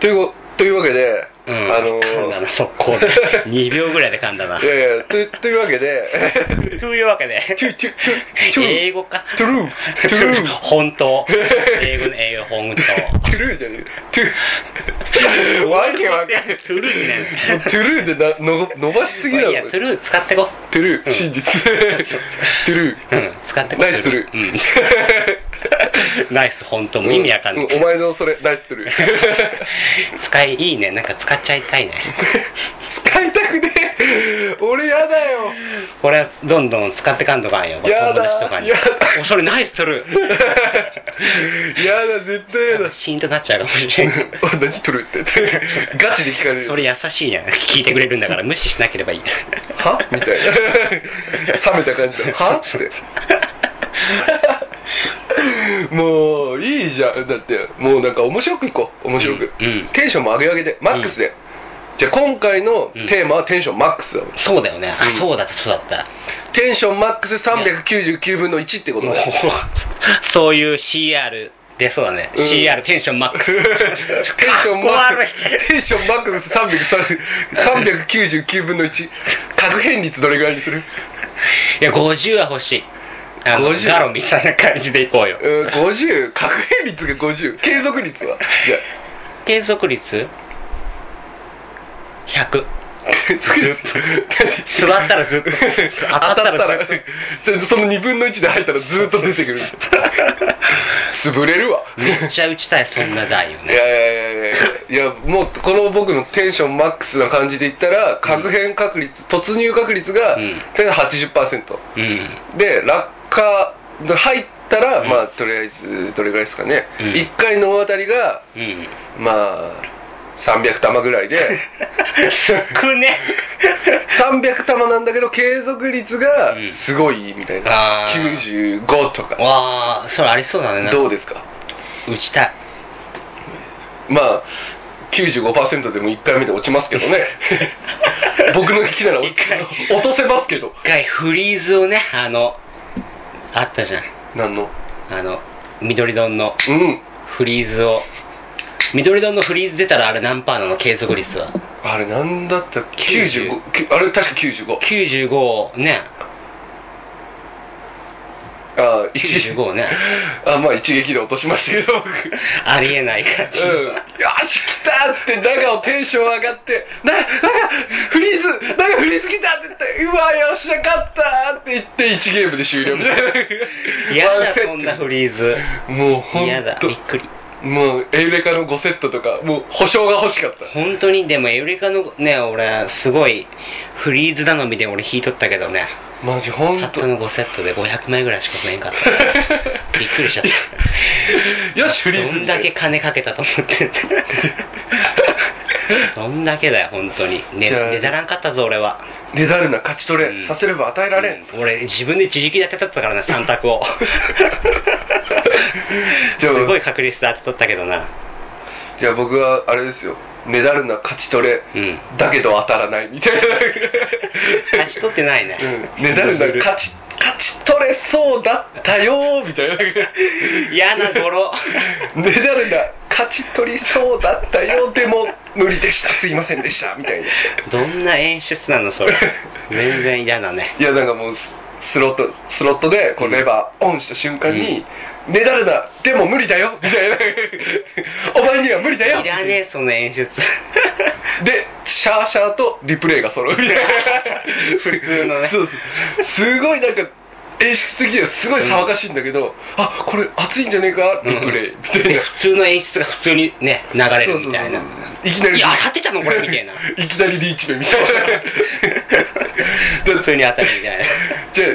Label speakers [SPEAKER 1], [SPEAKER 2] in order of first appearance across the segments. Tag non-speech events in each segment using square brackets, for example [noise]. [SPEAKER 1] というというわけで、
[SPEAKER 2] うん、
[SPEAKER 1] あの
[SPEAKER 2] 噛んだな、速攻
[SPEAKER 1] [laughs]
[SPEAKER 2] で。2秒ぐらいで噛んだな。
[SPEAKER 1] いやいやとというわけで [laughs]
[SPEAKER 2] というわけで、
[SPEAKER 1] トゥトゥトゥトゥ
[SPEAKER 2] 英語か。
[SPEAKER 1] トゥルートゥルー
[SPEAKER 2] 本当。英語の英語、本当。
[SPEAKER 1] トゥルーじゃねえトゥわけわかんない
[SPEAKER 2] トゥルーになる
[SPEAKER 1] もうトゥルーでなの伸ばしすぎだろ
[SPEAKER 2] いや、トゥルー使ってこ。
[SPEAKER 1] トゥルー、真実。
[SPEAKER 2] [laughs]
[SPEAKER 1] トゥル
[SPEAKER 2] う
[SPEAKER 1] ー。
[SPEAKER 2] ん、使ってこ。
[SPEAKER 1] ナイストゥル
[SPEAKER 2] うん
[SPEAKER 1] ー。
[SPEAKER 2] ナイス、
[SPEAKER 1] [laughs]
[SPEAKER 2] 本当も意味わかんな
[SPEAKER 1] うお
[SPEAKER 2] い。
[SPEAKER 1] 前のそれ、ナイストゥルー。
[SPEAKER 2] [laughs] 使い、いいね。なんか使っちゃいたいね。
[SPEAKER 1] 使いたくねえ俺やだよ。
[SPEAKER 2] これ、どんどん使ってかんとかんよ。これ
[SPEAKER 1] やだ
[SPEAKER 2] 友達とかに
[SPEAKER 1] やだ。
[SPEAKER 2] お、それナイストゥル
[SPEAKER 1] やだ、絶対やだ
[SPEAKER 2] ー。。シーンとなっちゃうかもしれない。
[SPEAKER 1] あ何トゥルーって。 [laughs] ガチで聞かれる。
[SPEAKER 2] それ優しいやん。 [laughs] 聞いてくれるんだから
[SPEAKER 1] [laughs]
[SPEAKER 2] 無視しなければいい。
[SPEAKER 1] はみた
[SPEAKER 2] [laughs]
[SPEAKER 1] いな。冷めた感じだ。はって。もういいじゃんだってもうなんか面白くいこう面白く、
[SPEAKER 2] うんうん
[SPEAKER 1] テンションも上げ上げでマックスで、じゃあ今回のテーマはテンションマックスだ、
[SPEAKER 2] そうだよね。あ、
[SPEAKER 1] うん
[SPEAKER 2] そうだった、そう
[SPEAKER 1] [laughs]
[SPEAKER 2] だった。
[SPEAKER 1] テンションマックス399分の1ってこと
[SPEAKER 2] もう
[SPEAKER 1] だよ
[SPEAKER 2] そういう CR 出そうだね。
[SPEAKER 1] うん
[SPEAKER 2] CR テンションマックス。
[SPEAKER 1] テンションマ
[SPEAKER 2] かっ
[SPEAKER 1] ッ
[SPEAKER 2] こ悪
[SPEAKER 1] ク
[SPEAKER 2] い
[SPEAKER 1] ステンションマックス399分の1確変率どれぐらいにする
[SPEAKER 2] いや、50は欲しい。あの、
[SPEAKER 1] 50
[SPEAKER 2] ガロみたいな感じでいこうよ。
[SPEAKER 1] うん50確変率が50継続率はじゃ
[SPEAKER 2] 継続率 ?100。
[SPEAKER 1] あ作る
[SPEAKER 2] [laughs] 座ったらずっ
[SPEAKER 1] [laughs]
[SPEAKER 2] と、当たったらずっと。
[SPEAKER 1] それでその2分の1で入ったらずっと出てくる潰れるわ
[SPEAKER 2] めっちゃ打ちたい、そんな台よ
[SPEAKER 1] い
[SPEAKER 2] ね。
[SPEAKER 1] やいやいやいやいやもうこの僕のテンションマックスな感じで言ったら確変確率、突入確率が、
[SPEAKER 2] うん
[SPEAKER 1] とりあえず80%
[SPEAKER 2] うん。
[SPEAKER 1] で落下で入ったら、まあとりあえずどれぐらいですかね、
[SPEAKER 2] うん
[SPEAKER 1] 一1回の大当たりが
[SPEAKER 2] うん。
[SPEAKER 1] まあ300玉ぐらい
[SPEAKER 2] [laughs]
[SPEAKER 1] で
[SPEAKER 2] 少
[SPEAKER 1] [laughs]
[SPEAKER 2] ね。
[SPEAKER 1] 300玉なんだけど継続率が
[SPEAKER 2] うん
[SPEAKER 1] すごいみたいな、
[SPEAKER 2] あー
[SPEAKER 1] 95とか
[SPEAKER 2] わあ、それありそうだね。
[SPEAKER 1] どうですか
[SPEAKER 2] 打ち
[SPEAKER 1] [laughs]
[SPEAKER 2] たい。
[SPEAKER 1] まあ95%でも1回目で落ちますけど
[SPEAKER 2] [laughs]
[SPEAKER 1] ね僕の引きなら落
[SPEAKER 2] 一回
[SPEAKER 1] 落とせますけど
[SPEAKER 2] 一回フリーズをね、あの、あったじゃん。
[SPEAKER 1] なんの
[SPEAKER 2] あの、緑丼の
[SPEAKER 1] うん
[SPEAKER 2] フリーズを。緑丼のフリーズ出たらあれ何パーなの継続率は。
[SPEAKER 1] あれなんだったっけ
[SPEAKER 2] 90
[SPEAKER 1] 95きあれ確か95
[SPEAKER 2] 95をね、
[SPEAKER 1] あ一
[SPEAKER 2] 95をね、
[SPEAKER 1] [laughs] あまあ一撃で落としましたけど僕うん
[SPEAKER 2] ありえない感じ。
[SPEAKER 1] よし来たって中をテンション上がってななんかフリーズなんかフリーズ来たって言ってうわよっしゃ勝ったって言って1ゲームで終了みたいな
[SPEAKER 2] 嫌
[SPEAKER 1] ワン
[SPEAKER 2] だ、
[SPEAKER 1] セット
[SPEAKER 2] そんなフリーズ。
[SPEAKER 1] もう本
[SPEAKER 2] 嫌だ、
[SPEAKER 1] 当
[SPEAKER 2] びっくり。
[SPEAKER 1] もうエウレカの5セットとかもう保証が欲しかった
[SPEAKER 2] 本当に、でもエウレカのね、俺、すごい、フリーズ頼みで俺引いとったけどね、
[SPEAKER 1] マジ本
[SPEAKER 2] たっ
[SPEAKER 1] 当
[SPEAKER 2] たの5セットで500枚ぐらいしか増えん
[SPEAKER 1] [laughs]
[SPEAKER 2] かった。びっくりしちゃった。
[SPEAKER 1] よしフリーズ
[SPEAKER 2] どんだけ金かけたと思ってんだどんだけだよ本当にね
[SPEAKER 1] じゃあ
[SPEAKER 2] ねだらんかったぞ俺は、
[SPEAKER 1] ねだるな勝ち取れ、
[SPEAKER 2] うん
[SPEAKER 1] させれば与えられん、
[SPEAKER 2] うん俺自分で自力で当てとったからな3択を
[SPEAKER 1] じゃあ
[SPEAKER 2] すごい確率で当てとったけどな
[SPEAKER 1] じゃあ僕はあれですよねだるな勝ち取れ、
[SPEAKER 2] うん
[SPEAKER 1] だけど当たらないみたいな
[SPEAKER 2] 勝ち取ってないね、
[SPEAKER 1] うんねだるな勝ち勝ち取れそうだったよーみたいな
[SPEAKER 2] 嫌なゴロ
[SPEAKER 1] ねだるな勝ち取りそうだったよでも無理でしたすいませんでしたみたいな
[SPEAKER 2] どんな演出なのそれ全然嫌だね
[SPEAKER 1] いやなんかもうススロットスロットでこうレバーオンした瞬間に、ねだるなでも無理だよみ [laughs] たいなお前には無理だ
[SPEAKER 2] い
[SPEAKER 1] よ
[SPEAKER 2] らねえその演出
[SPEAKER 1] でシャーシャーとリプレイが揃うみたいな
[SPEAKER 2] [laughs] 普通のね
[SPEAKER 1] そうそうすごいなんか演出的にはすごい騒がしいんだけど、あこれ熱いんじゃねえかリプレイ、みたいな
[SPEAKER 2] 普通の演出が普通にね流れるみたいな
[SPEAKER 1] そうそうそういきなり
[SPEAKER 2] いや当たってたのこれみたいな
[SPEAKER 1] [laughs] いきなりリーチ目み
[SPEAKER 2] [laughs]
[SPEAKER 1] たいな
[SPEAKER 2] 普通に当たるみたいな
[SPEAKER 1] じゃ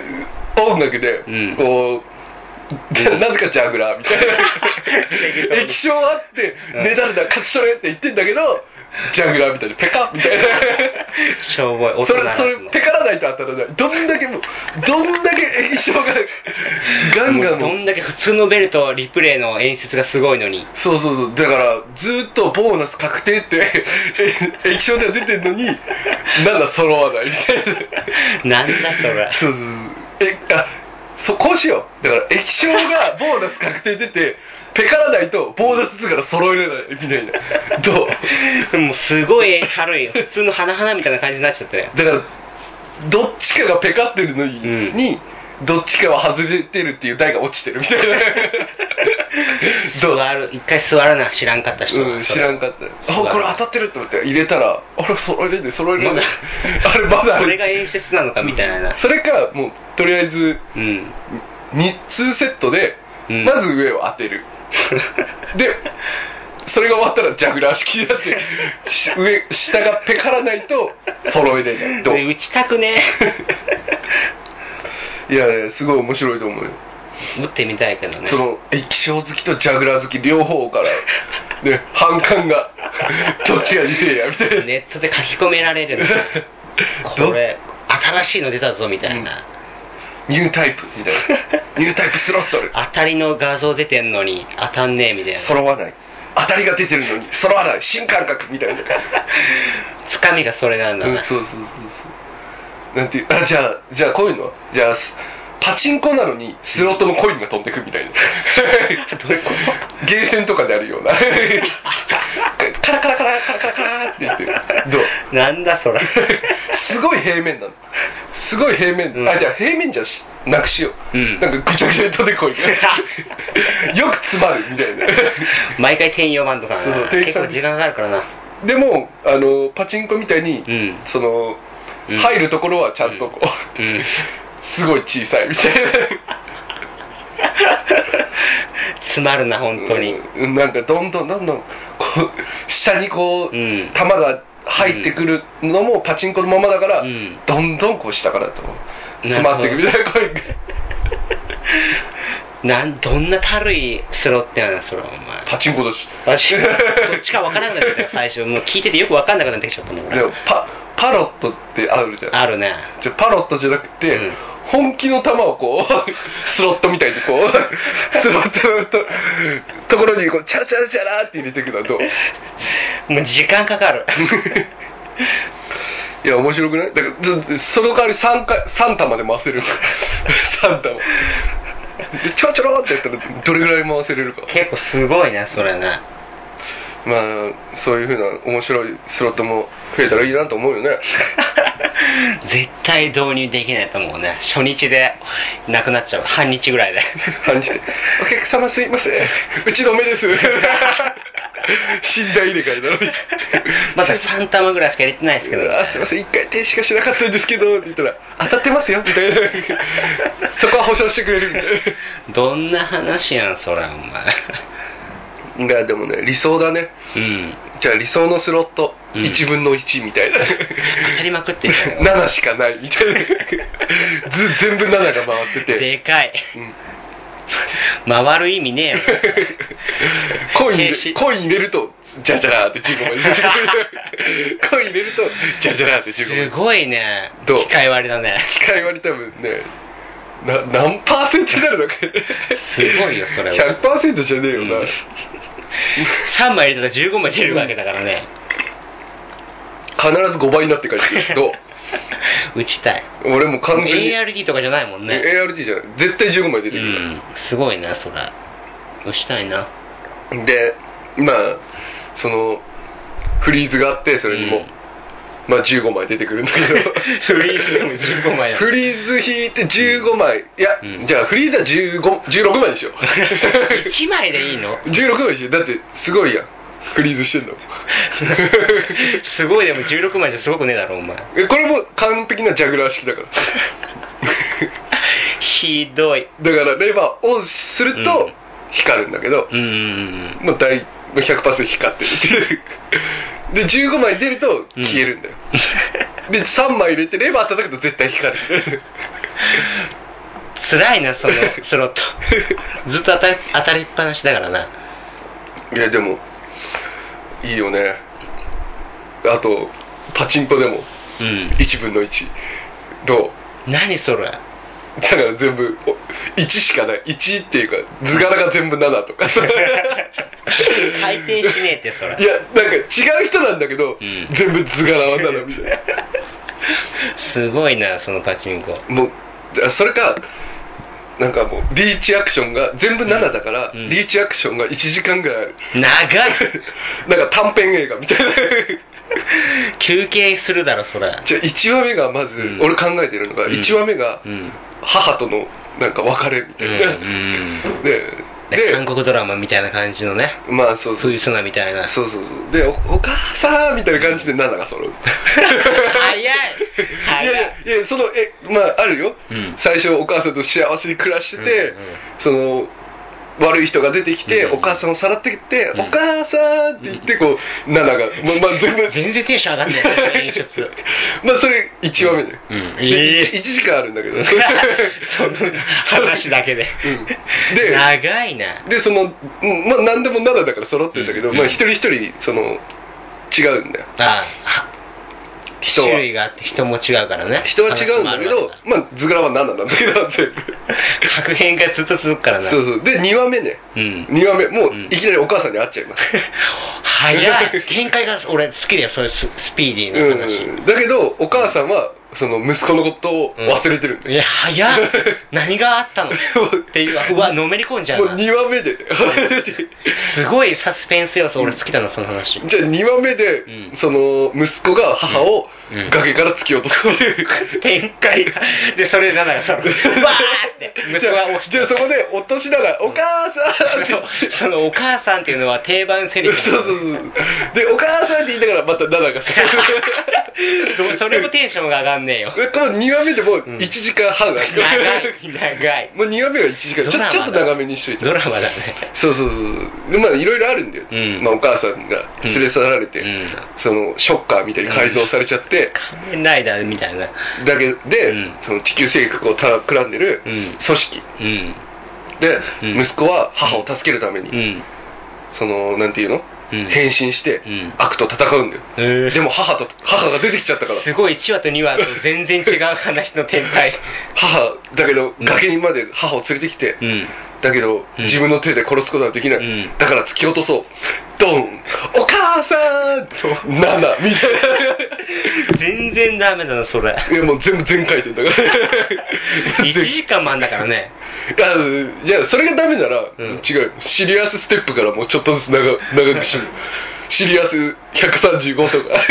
[SPEAKER 1] あ音楽で
[SPEAKER 2] うん
[SPEAKER 1] こう、なぜかジャグラーみたいな
[SPEAKER 2] [laughs]
[SPEAKER 1] 液晶あってねだるな勝ち取れって言ってんだけどジャグラーみたいなペカッみたいな
[SPEAKER 2] しょぼい大
[SPEAKER 1] そ
[SPEAKER 2] 人
[SPEAKER 1] れ
[SPEAKER 2] な
[SPEAKER 1] それペカらないと当たらないどんだけもうどんだけ液晶がガンガン
[SPEAKER 2] ど
[SPEAKER 1] も
[SPEAKER 2] んだけ普通のベルとリプレイの演出がすごいのに
[SPEAKER 1] そうそうそうだからずーっとボーナス確定って [laughs] え液晶では出てんのになんだ揃わないみたいな
[SPEAKER 2] なんだそれ
[SPEAKER 1] そうそうそうえあそこうしようだから液晶がボーナス確定出てペカらないと棒立つから揃えれないみたいなどう
[SPEAKER 2] でもすごい軽い普通の花々みたいな感じになっちゃってね
[SPEAKER 1] だからどっちかがペカってるのに,、
[SPEAKER 2] うん
[SPEAKER 1] にどっちかは外れてるっていう台が落ちてるみたいなどう
[SPEAKER 2] 座る一回座るな知らんかった人は、
[SPEAKER 1] うん、知らんかったあこれ当たってると思って入れたらあれ揃えれる揃えれる、
[SPEAKER 2] まだ
[SPEAKER 1] [laughs] あれまだあ
[SPEAKER 2] これが演出なのかみたいな
[SPEAKER 1] それかもうとりあえず
[SPEAKER 2] うん
[SPEAKER 1] に2セットで、
[SPEAKER 2] うん
[SPEAKER 1] まず上を当て
[SPEAKER 2] [laughs]
[SPEAKER 1] るでそれが終わったらジャグラー式になって [laughs] し上下がペカらないと揃えれないどう
[SPEAKER 2] で打ちたくね
[SPEAKER 1] [laughs] いやいやすごい面白いと思うよ
[SPEAKER 2] 打ってみたいけどね
[SPEAKER 1] その液晶好きとジャグラー好き両方からね反感が [laughs] どっちが2せえやみたいな、
[SPEAKER 2] ネットで書き込められるの
[SPEAKER 1] [laughs] ど
[SPEAKER 2] これ新しいの出たぞみたいな、
[SPEAKER 1] ニュータイプみたい [laughs] なニュータイプスロットル
[SPEAKER 2] 当たりの画像出てんのに当たんねえみたいな
[SPEAKER 1] 揃わない当たりが出てるのに揃わない新感覚みたいな
[SPEAKER 2] つかみがそれなんだ
[SPEAKER 1] うん、
[SPEAKER 2] な
[SPEAKER 1] そうそうそうそうなんていうあじゃあじゃあこういうのはじゃあすパチンコなのにスロットのコインが飛んでくみたい [laughs] な
[SPEAKER 2] どういうこ
[SPEAKER 1] ゲーセンとかであるよう [laughs] なカラカラカラカラカラカラって言ってどう
[SPEAKER 2] となんだ
[SPEAKER 1] [laughs]
[SPEAKER 2] それ
[SPEAKER 1] すごい平面なのすごい平面、
[SPEAKER 2] うん
[SPEAKER 1] あじゃあ平面じゃしなくしよう、
[SPEAKER 2] うん
[SPEAKER 1] なんかぐちゃぐちゃに飛んでこ
[SPEAKER 2] [laughs]
[SPEAKER 1] いよく詰まるみたいな
[SPEAKER 2] 毎回店員呼ばんとかな
[SPEAKER 1] そうそう店員
[SPEAKER 2] 結
[SPEAKER 1] さん
[SPEAKER 2] 構時間があるからな
[SPEAKER 1] でもあのパチンコみたいに、
[SPEAKER 2] うん
[SPEAKER 1] その
[SPEAKER 2] うん
[SPEAKER 1] 入るところはちゃんとこう、
[SPEAKER 2] うん
[SPEAKER 1] すごい小さいみたい
[SPEAKER 2] 詰まるな本当に、
[SPEAKER 1] な、うん、なんかどんどんどんどんこう下にこう、
[SPEAKER 2] うん
[SPEAKER 1] 球が入ってくるのもパチンコのままだから、
[SPEAKER 2] うん
[SPEAKER 1] どんどんこう下からと
[SPEAKER 2] な
[SPEAKER 1] 詰
[SPEAKER 2] るほ
[SPEAKER 1] まって
[SPEAKER 2] ど
[SPEAKER 1] いくみたいな声が
[SPEAKER 2] なんどんなたるいスロットやなそれお前
[SPEAKER 1] パチンコだし
[SPEAKER 2] 私どっちかわからん
[SPEAKER 1] [laughs]
[SPEAKER 2] かったよ最初もう聞いててよくわかんなくなってきちゃったもん俺
[SPEAKER 1] でもパパロットってあるじゃん
[SPEAKER 2] あるね
[SPEAKER 1] じゃあパロットじゃなくて、
[SPEAKER 2] うん
[SPEAKER 1] 本気の球をこう [laughs] スロットみたいにこう
[SPEAKER 2] [laughs]
[SPEAKER 1] スロットのとところにこうチャラチャラチャラって入れていくのはどう
[SPEAKER 2] もう時間か [laughs] かる
[SPEAKER 1] いや面白くないだからずその代わり3回三玉で回せるから [laughs] 3玉ちょろちょろってやったらどれぐらい回せれるか
[SPEAKER 2] 結構すごいねそれ
[SPEAKER 1] [laughs]
[SPEAKER 2] ね
[SPEAKER 1] まあそういうふうな面白いスロットも増えたらいいなと思うよね
[SPEAKER 2] 絶対導入できないと思うね初日でなくなっちゃう半日ぐら
[SPEAKER 1] [laughs]
[SPEAKER 2] いで
[SPEAKER 1] 感じて「お客様すいませんうちの目です」死んだ入れ替えなのに
[SPEAKER 2] まだ3玉ぐらいしか入れてないですけど
[SPEAKER 1] あすいません一回停止がしなかったんですけどって言ったら当たってますよみたいなそこは保証してくれるみたいな
[SPEAKER 2] どんな話やんそれお前
[SPEAKER 1] いやでもね理想だね
[SPEAKER 2] うん
[SPEAKER 1] じゃあ理想のスロット、
[SPEAKER 2] うん
[SPEAKER 1] 1分の1みたいな
[SPEAKER 2] 当たりまくってるじゃん
[SPEAKER 1] 7しかないみたいなず全部7が回ってて、
[SPEAKER 2] でかい
[SPEAKER 1] うん
[SPEAKER 2] 回る意味ねえよ
[SPEAKER 1] コイン入
[SPEAKER 2] 停
[SPEAKER 1] れ
[SPEAKER 2] 止
[SPEAKER 1] コイン入れるとジャジャラーって15まで出て
[SPEAKER 2] [laughs]
[SPEAKER 1] くるコイン入れるとジャジャラーって15まです
[SPEAKER 2] ごいね
[SPEAKER 1] どう
[SPEAKER 2] 機械割りだね
[SPEAKER 1] 機械割り多分ねな何パーセントになるのか
[SPEAKER 2] すごいよそれは
[SPEAKER 1] 100%じゃねえよな、
[SPEAKER 2] うん3枚入れたら15枚出るわけだからね、
[SPEAKER 1] 必ず5倍になって帰ってくるどう
[SPEAKER 2] 打ちたい
[SPEAKER 1] 俺もう完全に
[SPEAKER 2] ARD とかじゃないもんね
[SPEAKER 1] ART じゃない絶対15枚出て
[SPEAKER 2] う
[SPEAKER 1] くるから、
[SPEAKER 2] んすごいなそれ打ちたいな
[SPEAKER 1] でまあそのフリーズがあってそれにも、
[SPEAKER 2] うん
[SPEAKER 1] まあ15枚出てくるんだけ
[SPEAKER 2] [laughs]
[SPEAKER 1] ど
[SPEAKER 2] フリーズでも15枚だ
[SPEAKER 1] フリーズ引いて15枚いや、
[SPEAKER 2] うん
[SPEAKER 1] じゃあフリーズは15 16枚でしょ
[SPEAKER 2] 1枚でいいの [laughs]
[SPEAKER 1] 16枚でしょだってすごいやんフリーズしてんの
[SPEAKER 2] すごいでも16枚じゃすごくねえだろお前
[SPEAKER 1] えこれも完璧なジャグラー式だから
[SPEAKER 2] ひどい
[SPEAKER 1] だからレバーをする
[SPEAKER 2] う
[SPEAKER 1] と
[SPEAKER 2] ん
[SPEAKER 1] 光るんだけど、
[SPEAKER 2] うんうん
[SPEAKER 1] もう大100%光ってるっていうで15枚出ると消えるんだよ、で3枚入れてレバー叩くと絶対光る
[SPEAKER 2] つらいなそのスロッ
[SPEAKER 1] [laughs]
[SPEAKER 2] トずっと当たり当たりっぱなしだからない
[SPEAKER 1] やでもいいよねあとパチンコでも
[SPEAKER 2] うん
[SPEAKER 1] 1分の1どう
[SPEAKER 2] 何それ
[SPEAKER 1] だから全部お1しかない1っていうか図柄が全部7とか
[SPEAKER 2] [laughs]
[SPEAKER 1] さ
[SPEAKER 2] 回転しねえってそれ
[SPEAKER 1] いやなんか違う人なんだけど、
[SPEAKER 2] うん
[SPEAKER 1] 全部図柄は7みたいな
[SPEAKER 2] [laughs] すごいなそのパチンコ
[SPEAKER 1] もうだそれかなんかもうリーチアクションが全部7だから、
[SPEAKER 2] うんうん
[SPEAKER 1] リーチアクションが1時間ぐらいある
[SPEAKER 2] 長い
[SPEAKER 1] なんか短編映画みたいな
[SPEAKER 2] [laughs] 休憩するだろ、それ。
[SPEAKER 1] じゃあ1話目がまず、
[SPEAKER 2] うん
[SPEAKER 1] 俺考えてるのが
[SPEAKER 2] うん
[SPEAKER 1] 1話目が
[SPEAKER 2] うん。
[SPEAKER 1] 母とのなんか別れみ
[SPEAKER 2] う
[SPEAKER 1] た
[SPEAKER 2] ん。う
[SPEAKER 1] いな、[laughs]
[SPEAKER 2] ん。
[SPEAKER 1] で
[SPEAKER 2] で韓
[SPEAKER 1] で
[SPEAKER 2] 国ドラマみたいな感じのね、
[SPEAKER 1] まあそうそう
[SPEAKER 2] そういうなみたいな。
[SPEAKER 1] そうそうそうでおお母さんみたいな感じで7が揃う
[SPEAKER 2] 早い
[SPEAKER 1] い
[SPEAKER 2] 早い
[SPEAKER 1] や。いやいやそのえまああるよ、
[SPEAKER 2] うん
[SPEAKER 1] 最初お母さんと幸せに暮らしてて、
[SPEAKER 2] うんうん
[SPEAKER 1] その悪い人が出てきて、
[SPEAKER 2] うん
[SPEAKER 1] お母さんをさらってきて、
[SPEAKER 2] うん
[SPEAKER 1] お母さんって言ってこう、ナナが、ままあ、全部
[SPEAKER 2] [laughs] 全然テンション上がんないその
[SPEAKER 1] [laughs]
[SPEAKER 2] 演出。
[SPEAKER 1] まあそれ1話目だよ、
[SPEAKER 2] うん
[SPEAKER 1] で
[SPEAKER 2] ええ
[SPEAKER 1] 1時間あるんだ
[SPEAKER 2] [laughs]
[SPEAKER 1] けど
[SPEAKER 2] その話だけで。
[SPEAKER 1] うんで
[SPEAKER 2] 長いな。
[SPEAKER 1] でその、うんまあ、何でも7だから揃ってるんだけど、
[SPEAKER 2] うん
[SPEAKER 1] まあ、一人一人その違うんだよ
[SPEAKER 2] ああ、
[SPEAKER 1] 人は
[SPEAKER 2] 種類があって人も違うからね。
[SPEAKER 1] 人は違うんだけ
[SPEAKER 2] 話もある
[SPEAKER 1] ど
[SPEAKER 2] わ
[SPEAKER 1] まあ図柄は7なんだけど全部
[SPEAKER 2] けだ確変がずっと続くからな。
[SPEAKER 1] そうそうで2話目ね、
[SPEAKER 2] うん
[SPEAKER 1] 2話目もう
[SPEAKER 2] うん
[SPEAKER 1] いきなりお母さんに会っちゃいます、
[SPEAKER 2] 早い。展開が俺好きだよ、それススピーディーな話。
[SPEAKER 1] うん、だけどお母さんはその息子のことを忘れてるんだ
[SPEAKER 2] い
[SPEAKER 1] よ、
[SPEAKER 2] や、早
[SPEAKER 1] [laughs]
[SPEAKER 2] っ何があったのっていう、うわ、のめり込んじゃう
[SPEAKER 1] もう
[SPEAKER 2] な。
[SPEAKER 1] 2話目で
[SPEAKER 2] すごいサスペンス要素、俺好きだな、そ
[SPEAKER 1] [laughs]
[SPEAKER 2] の話。
[SPEAKER 1] じゃあ2話目で、
[SPEAKER 2] うん
[SPEAKER 1] その息子が母を
[SPEAKER 2] うんうん
[SPEAKER 1] 崖から突き落とす、
[SPEAKER 2] 展開が。で、それで、なんかさ、わーって、息
[SPEAKER 1] じ
[SPEAKER 2] 子
[SPEAKER 1] ゃ
[SPEAKER 2] が
[SPEAKER 1] あ
[SPEAKER 2] 押し
[SPEAKER 1] じゃあそこで落としながら「お母さん!」って言って
[SPEAKER 2] て、そのお母さんっていうのは定番セリフ。
[SPEAKER 1] そうそうそうでお母さんって言いながらまたナナが
[SPEAKER 2] [laughs]
[SPEAKER 1] さ
[SPEAKER 2] どうそれもテンションが上がんねえよ。
[SPEAKER 1] でこの2話目でもう1時間半ある、
[SPEAKER 2] 長い、長い。
[SPEAKER 1] [laughs] もう2話目は1時間ち
[SPEAKER 2] ドラ
[SPEAKER 1] ょ
[SPEAKER 2] マ
[SPEAKER 1] ちょっと
[SPEAKER 2] だ
[SPEAKER 1] 長めにしといて
[SPEAKER 2] ドラマだね。
[SPEAKER 1] そうそうそうそうでまあいろいろあるんだよ、
[SPEAKER 2] うん
[SPEAKER 1] まあ、お母さんが連れ去られて、
[SPEAKER 2] うん
[SPEAKER 1] そのショッカーみたいに改造されちゃって、
[SPEAKER 2] 仮面ライダーみたいな。
[SPEAKER 1] だけで、
[SPEAKER 2] うん
[SPEAKER 1] その地球征服をたらんでる
[SPEAKER 2] うん
[SPEAKER 1] 組織、
[SPEAKER 2] うん。
[SPEAKER 1] で、
[SPEAKER 2] うん
[SPEAKER 1] 息子は母を助けるために、
[SPEAKER 2] うん。
[SPEAKER 1] そのなんていうの、
[SPEAKER 2] うん
[SPEAKER 1] 変身して、
[SPEAKER 2] うん
[SPEAKER 1] 悪と戦うんだよ、
[SPEAKER 2] えー
[SPEAKER 1] でも母と母が出てきちゃったから
[SPEAKER 2] すごい1話と2話と全然違う話の展開。
[SPEAKER 1] 母だけど
[SPEAKER 2] うん
[SPEAKER 1] 崖にまで母を連れてきて、
[SPEAKER 2] うん。
[SPEAKER 1] だけど、
[SPEAKER 2] うん
[SPEAKER 1] 自分の手で殺すことはできない、
[SPEAKER 2] うん
[SPEAKER 1] だから突き落とそうドンお母さんとナナみたい
[SPEAKER 2] 全然ダメだな、それ。 [laughs]
[SPEAKER 1] ないやもう全部全回転だから
[SPEAKER 2] 1時間もあんだからね。
[SPEAKER 1] あいやそれがダメなら、
[SPEAKER 2] うん
[SPEAKER 1] 違うシリアスステップからもうちょっとずつ長長くしようシリアス135と
[SPEAKER 2] [laughs]
[SPEAKER 1] か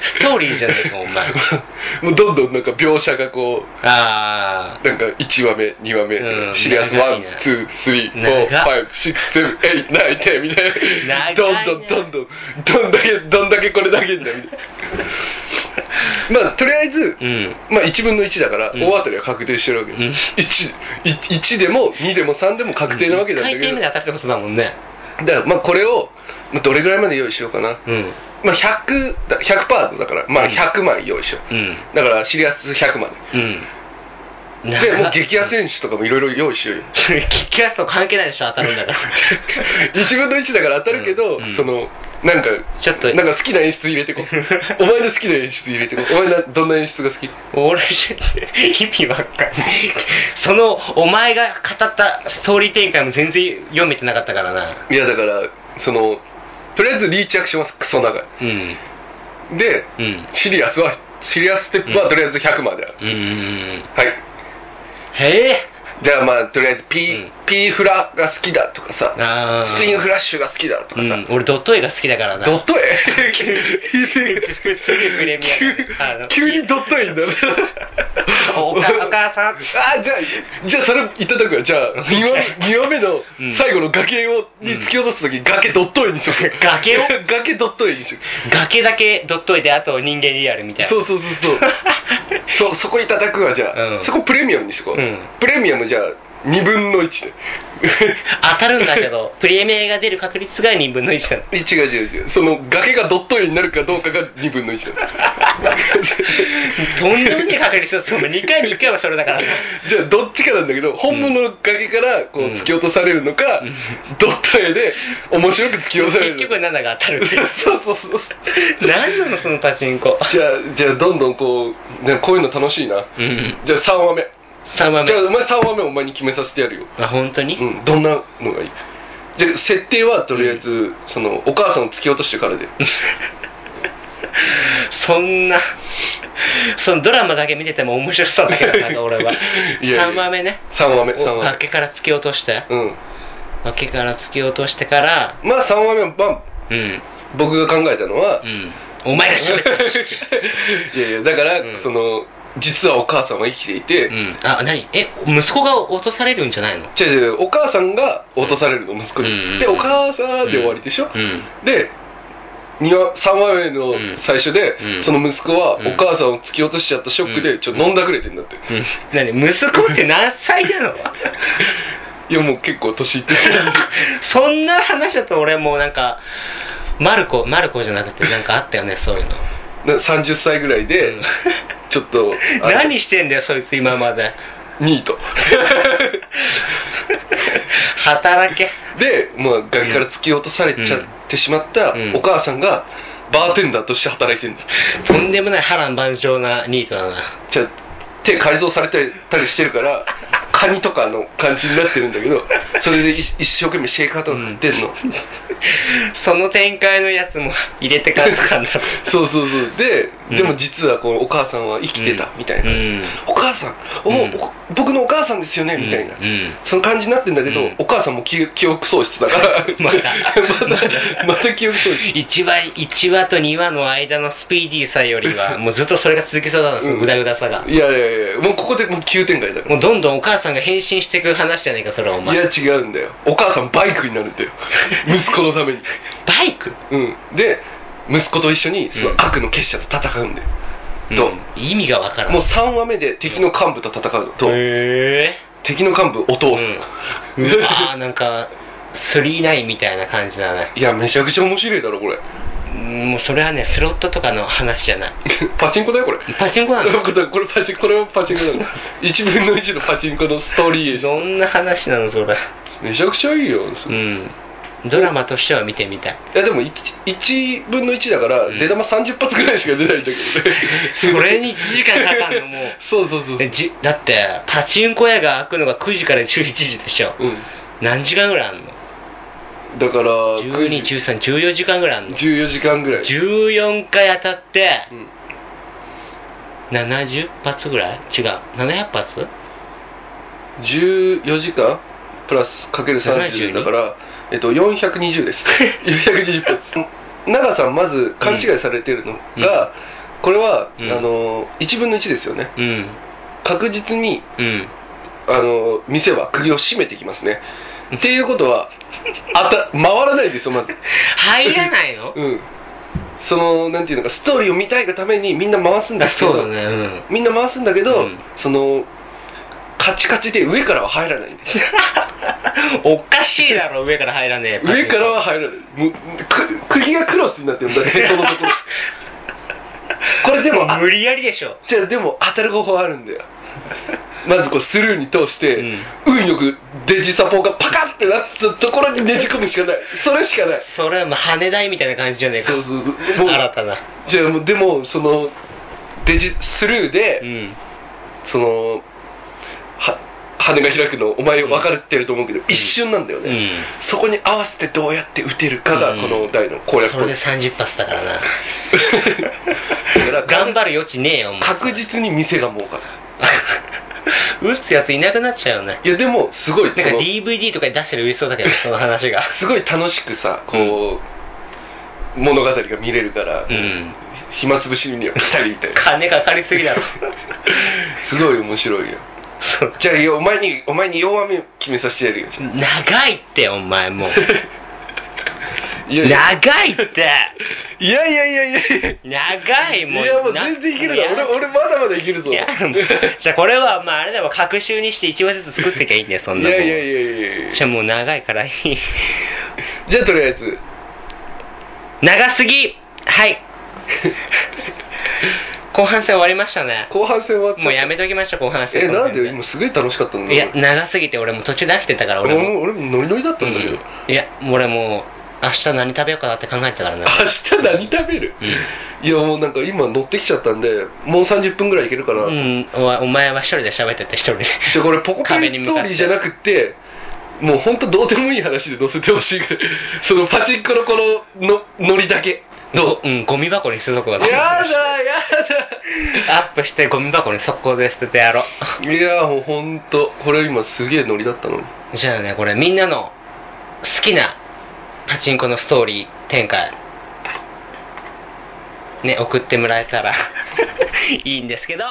[SPEAKER 2] ストーリーじゃねえか、お前。
[SPEAKER 1] もうどんどんなんか描写がこう
[SPEAKER 2] あ
[SPEAKER 1] なんか1話目2話目、
[SPEAKER 2] うん
[SPEAKER 1] シリアス
[SPEAKER 2] 長いな長っ
[SPEAKER 1] 123456789みたいな
[SPEAKER 2] 長いな
[SPEAKER 1] どんどんどんどんどんだけどんだけこれだけになるまあとりあえず、
[SPEAKER 2] ー。うん。
[SPEAKER 1] まあ1分の1だから、
[SPEAKER 2] ん
[SPEAKER 1] 大当たりは確定してるわけ、
[SPEAKER 2] ん
[SPEAKER 1] 一一 1, でも2でも3でも確定なわけなんだ
[SPEAKER 2] 回
[SPEAKER 1] けど、
[SPEAKER 2] 転目で当たるってことだもんね。
[SPEAKER 1] だからまあこれをまあどれぐらいまで用意しようかな、
[SPEAKER 2] うん。
[SPEAKER 1] まあ、100, だ100パートだから、まあ、100枚用意しよう、
[SPEAKER 2] うん。
[SPEAKER 1] だからシリアス100枚
[SPEAKER 2] うん。
[SPEAKER 1] でもう激ア選手とかもいろいろ用意しようよ
[SPEAKER 2] キャスと関係ないでしょ、当たるんだから。
[SPEAKER 1] [laughs] 1分の1だから当たるけど、
[SPEAKER 2] うんうん
[SPEAKER 1] そのなんか
[SPEAKER 2] [laughs] ちょっと
[SPEAKER 1] なんか好きな演出入れてこ
[SPEAKER 2] [laughs]
[SPEAKER 1] お前の好きな演出入れてこお前などんな演出が好き
[SPEAKER 2] 俺、意味わかんない。その、お前が語ったストーリー展開も全然読めてなかったからな。
[SPEAKER 1] いやだからそのとりあえずリーチアクションはクソ長い
[SPEAKER 2] うん。
[SPEAKER 1] で、
[SPEAKER 2] うん。
[SPEAKER 1] シリアスはシリアスステップはとりあえず100まである、
[SPEAKER 2] うん。
[SPEAKER 1] はい
[SPEAKER 2] へえ。
[SPEAKER 1] じゃあまあとりあえず P,、
[SPEAKER 2] うん
[SPEAKER 1] P フラが好きだとかさ
[SPEAKER 2] あー
[SPEAKER 1] スプリングフラッシュが好きだとかさ、
[SPEAKER 2] うん、俺ドット絵が好きだからな。
[SPEAKER 1] ドット絵
[SPEAKER 2] [laughs] すげえプレミアムあの
[SPEAKER 1] [laughs] 急にドット絵に
[SPEAKER 2] [laughs]
[SPEAKER 1] なる [laughs]
[SPEAKER 2] おお [laughs] 母お母さ
[SPEAKER 1] あ
[SPEAKER 2] ん
[SPEAKER 1] じゃあじゃあそれいただくわじゃ
[SPEAKER 2] [laughs]
[SPEAKER 1] あ2話目二話目の
[SPEAKER 2] うん
[SPEAKER 1] 最後の崖をに突き落とす時、崖ドット絵にしよう
[SPEAKER 2] [laughs] 崖を
[SPEAKER 1] [laughs] 崖ドット絵にしよ
[SPEAKER 2] 崖だけドット絵であと人間リアルみた
[SPEAKER 1] う
[SPEAKER 2] いな。
[SPEAKER 1] そうそうそう
[SPEAKER 2] [laughs]
[SPEAKER 1] そうそそこいただくわじゃあ、
[SPEAKER 2] うん
[SPEAKER 1] そこプレミアムにしとこう、
[SPEAKER 2] うん
[SPEAKER 1] プレミアムじゃあ2分の1で
[SPEAKER 2] 当たるんだけ
[SPEAKER 1] [laughs]
[SPEAKER 2] ど、プレミアが出る確率が2分の1なの。
[SPEAKER 1] 違う違う違うその崖がドット絵になるかどうかが2分の1だ
[SPEAKER 2] [laughs] とんでもねえ確率だその2回に1回はそれだからな。
[SPEAKER 1] じゃあどっちかなんだけど本物の崖からこう
[SPEAKER 2] うん
[SPEAKER 1] 突き落とされるのか、ドット絵で面白く突き落とされ
[SPEAKER 2] 結
[SPEAKER 1] るの
[SPEAKER 2] 局 [laughs]
[SPEAKER 1] か
[SPEAKER 2] 7が当たるって
[SPEAKER 1] [laughs] そうそうそうそう
[SPEAKER 2] いう。なんなのそのパチンコ。
[SPEAKER 1] じゃあじゃあどんどんこうねこういうの楽しいな、
[SPEAKER 2] うん。
[SPEAKER 1] じゃあ3話目
[SPEAKER 2] 3番
[SPEAKER 1] じ
[SPEAKER 2] 目
[SPEAKER 1] ゃあ。お前3話目お前に決めさせてやるよ
[SPEAKER 2] あ、本当に、
[SPEAKER 1] うんどんなのがいいじゃあ設定はとりあえず、そのお母さんを突き落としてからで
[SPEAKER 2] そんな、そのドラマだけ見てても面白そうだけどなんか俺は
[SPEAKER 1] いやいや
[SPEAKER 2] 3話目ね
[SPEAKER 1] 3話目3
[SPEAKER 2] お
[SPEAKER 1] 話
[SPEAKER 2] 崖から突き落として
[SPEAKER 1] 目うん
[SPEAKER 2] 崖から突き落としてから
[SPEAKER 1] まあ3話目は、まあ、
[SPEAKER 2] うん
[SPEAKER 1] 僕が考えたのは
[SPEAKER 2] う、んお前が喋ってほしい
[SPEAKER 1] いやいやだから、
[SPEAKER 2] うん
[SPEAKER 1] その実はお母さんは生きていて、 [laughs]
[SPEAKER 2] うんあ何え息子が落とされるんじゃないの
[SPEAKER 1] 違う違うお母さんが落とされるの息子に、
[SPEAKER 2] うん
[SPEAKER 1] でお母さんで終わりでしょ、
[SPEAKER 2] うん
[SPEAKER 1] で2話3話目
[SPEAKER 2] うん
[SPEAKER 1] の最初で、
[SPEAKER 2] うん
[SPEAKER 1] その息子は
[SPEAKER 2] うん
[SPEAKER 1] お母さんを突き落としちゃったショックで、
[SPEAKER 2] うん
[SPEAKER 1] ちょっと飲んだくれてんだって、
[SPEAKER 2] うん何息子って何歳なの [laughs]
[SPEAKER 1] いやもう結構年いってる
[SPEAKER 2] そんな話だと俺もうなんかマルコマルコじゃなくてなんかあったよねそういうの
[SPEAKER 1] な30歳ぐらいで、
[SPEAKER 2] うん
[SPEAKER 1] ちょっと [laughs] あれ
[SPEAKER 2] 何してんだよそいつ今まで
[SPEAKER 1] ニート
[SPEAKER 2] 働け
[SPEAKER 1] で、まあ、崖から突き落とされちゃってしまった
[SPEAKER 2] うん
[SPEAKER 1] お母さんがバーテンダーとして働いてるんだ
[SPEAKER 2] とんでもない波乱万丈なニートだな
[SPEAKER 1] じゃあ手改造されてたりしてる
[SPEAKER 2] [laughs]
[SPEAKER 1] からカニとかの感じになってるんだけどそれでい一生懸命シェイカーとか食ってんの、
[SPEAKER 2] その展開のやつも入れてかんとかんだろ
[SPEAKER 1] [laughs] そうそうそうで、
[SPEAKER 2] うん
[SPEAKER 1] でも実はこのお母さんは生きてたみたいな、
[SPEAKER 2] うん
[SPEAKER 1] お母さんお、
[SPEAKER 2] うん
[SPEAKER 1] お僕のお母さんですよねみたいな、
[SPEAKER 2] うんうん
[SPEAKER 1] その感じになってんだけど、
[SPEAKER 2] うん
[SPEAKER 1] お母さんも記記憶喪失だから
[SPEAKER 2] まだ
[SPEAKER 1] [laughs] まだまた記憶喪失
[SPEAKER 2] 1話一話と2話の間のスピーディーさよ
[SPEAKER 1] [laughs]
[SPEAKER 2] りはもうずっとそれが続きそうだ [laughs] なそのグダグダさが、
[SPEAKER 1] いやいやいやもうここでもう急展開だから
[SPEAKER 2] もうどんどんお母さんが変身していく話じゃないかそれはお
[SPEAKER 1] い
[SPEAKER 2] 前
[SPEAKER 1] や違うんだよお母さんバイクになるんだ
[SPEAKER 2] [laughs]
[SPEAKER 1] よ息子のために
[SPEAKER 2] バイク
[SPEAKER 1] うん、で息子と一緒にその
[SPEAKER 2] うん
[SPEAKER 1] 悪の結社と戦うんだよ、どう
[SPEAKER 2] 意味がわからん
[SPEAKER 1] もう3話目で敵の幹部と戦うと、
[SPEAKER 2] へ
[SPEAKER 1] 敵の幹部お父さん、
[SPEAKER 2] えうわーなんか39みたいな感じだね
[SPEAKER 1] いやめちゃくちゃ面白いだろこれ [laughs]
[SPEAKER 2] うんもうそれはねスロットとかの話じゃない
[SPEAKER 1] パチンコだよこれ [laughs]
[SPEAKER 2] パチンコなの
[SPEAKER 1] これこれパチンコこれもパチンコなんだ1分の1のパチンコのストーリーです
[SPEAKER 2] どんな話なのそれ
[SPEAKER 1] めちゃくちゃいいよ、
[SPEAKER 2] う
[SPEAKER 1] い
[SPEAKER 2] んドラマとしては見てみたい
[SPEAKER 1] やでも 1, 1分の1だから
[SPEAKER 2] ん
[SPEAKER 1] 出玉30発ぐらいしか出ないんだけどね
[SPEAKER 2] [laughs] それに1時間かかんのもう
[SPEAKER 1] [laughs] そうそうそうそう
[SPEAKER 2] えじだってパチンコ屋が開くのが9時から11時でしょ
[SPEAKER 1] うん
[SPEAKER 2] 何時間ぐらいあんの
[SPEAKER 1] だから
[SPEAKER 2] 121314時間ぐらいあんの
[SPEAKER 1] 14時間ぐらい、
[SPEAKER 2] 14回当たって
[SPEAKER 1] うん、
[SPEAKER 2] 70発ぐらい違う700発
[SPEAKER 1] 14時間プラスかける30
[SPEAKER 2] 72
[SPEAKER 1] だから、えっと、420です
[SPEAKER 2] [laughs]
[SPEAKER 1] 420発長さんまず勘違いされてるのが、これは、
[SPEAKER 2] うん
[SPEAKER 1] あの1分の1ですよね
[SPEAKER 2] うん
[SPEAKER 1] 確実に
[SPEAKER 2] うん
[SPEAKER 1] あの店は釘を締めてきますねっていうことはあた回らないですよまず
[SPEAKER 2] 入らないの
[SPEAKER 1] うんそのなんていうのかストーリーを見たいがためにみんな回すん
[SPEAKER 2] あ
[SPEAKER 1] ですけ
[SPEAKER 2] そう
[SPEAKER 1] ど、
[SPEAKER 2] だねうん
[SPEAKER 1] みんな回すんだけど、
[SPEAKER 2] うん
[SPEAKER 1] そのカチカチで上からは入らないんです
[SPEAKER 2] おかしいだろ上から入らねえ
[SPEAKER 1] 上からは入らないもうく釘がクロスになってるんだ
[SPEAKER 2] [laughs]
[SPEAKER 1] ねそのところこれでもあ
[SPEAKER 2] 無理やりでしょ
[SPEAKER 1] じゃあでも当たる方法あるんだよまずこうスルーに通して、運よくデジサポがパカッてなってたところにねじ込むしかないそれしかない
[SPEAKER 2] それはもう羽台みたいな感じじゃねえか
[SPEAKER 1] そうそうもう
[SPEAKER 2] 新たな
[SPEAKER 1] じゃあもうでもそのデジスルーで、
[SPEAKER 2] うん
[SPEAKER 1] そのは羽が開くのお前分かってると思うけど、一瞬なんだよね、
[SPEAKER 2] うん
[SPEAKER 1] そこに合わせてどうやって打てるかがこの台の攻略
[SPEAKER 2] そ
[SPEAKER 1] 法
[SPEAKER 2] れで30発だからな [laughs]
[SPEAKER 1] だから
[SPEAKER 2] 頑張る余地ねえよお前
[SPEAKER 1] 確実に店が儲かる
[SPEAKER 2] [laughs] 打つやついなくなっちゃうよね
[SPEAKER 1] いやでもすごい
[SPEAKER 2] なん
[SPEAKER 1] そ
[SPEAKER 2] か
[SPEAKER 1] の
[SPEAKER 2] DVD とかに出してる売りそう
[SPEAKER 1] [laughs]
[SPEAKER 2] だけどその話が
[SPEAKER 1] すごい楽しくさこう、物語が見れるから、
[SPEAKER 2] うん
[SPEAKER 1] 暇つぶしには
[SPEAKER 2] [laughs]
[SPEAKER 1] ぴったりみたいな
[SPEAKER 2] 金かかりすぎだ
[SPEAKER 1] [laughs]
[SPEAKER 2] ろ
[SPEAKER 1] すごい面白いよ
[SPEAKER 2] そう
[SPEAKER 1] じゃあいやお前にお前に弱みを決めさせてやるよじゃ
[SPEAKER 2] 長いってお前もう
[SPEAKER 1] あいやいや
[SPEAKER 2] 長いって
[SPEAKER 1] いやいやいやいやいや
[SPEAKER 2] 長いもう
[SPEAKER 1] いやもう全然いけるな
[SPEAKER 2] な
[SPEAKER 1] 俺俺まだまだいけるぞ
[SPEAKER 2] いやもうじゃあこれはまああれだわ隔週にして1話ずつ作ってきゃいいんだよそん
[SPEAKER 1] い
[SPEAKER 2] なもん
[SPEAKER 1] やいやいやいやいや
[SPEAKER 2] じゃあもう長いからいい
[SPEAKER 1] じゃあとりあえず
[SPEAKER 2] 長すぎはい
[SPEAKER 1] [laughs]
[SPEAKER 2] 後半戦終わりましたね
[SPEAKER 1] 後半戦終わっちゃった
[SPEAKER 2] もうやめときましょう後半戦
[SPEAKER 1] えなんで今すげえ楽しかったんだ
[SPEAKER 2] いや長すぎて俺もう途中で飽きてたから
[SPEAKER 1] 俺
[SPEAKER 2] 俺も
[SPEAKER 1] も俺もノリノリだったんだけど、
[SPEAKER 2] うんいや俺もう明日何食べようかなって考えてたからね
[SPEAKER 1] 明日何食べる、いやもうなんか今乗ってきちゃったんでもう30分ぐらいいけるかな、
[SPEAKER 2] うんおお前は一人で喋ってて一人で
[SPEAKER 1] じゃあこれポコペンストーリーじゃなくてもう [laughs] 本当どうでもいい話で載せてほしいぐらいそのパチンコのこののノリだけ
[SPEAKER 2] どううん、ゴミ箱に捨てとこう
[SPEAKER 1] やだや
[SPEAKER 2] アップしてゴミ箱に速攻で捨ててやろ
[SPEAKER 1] だいやもうほんとこれ今すげえノリだったのに
[SPEAKER 2] う。じゃあね、これみんなの好きなパチンコのストーリー展開、ね、送ってもらえたらいいんですけど。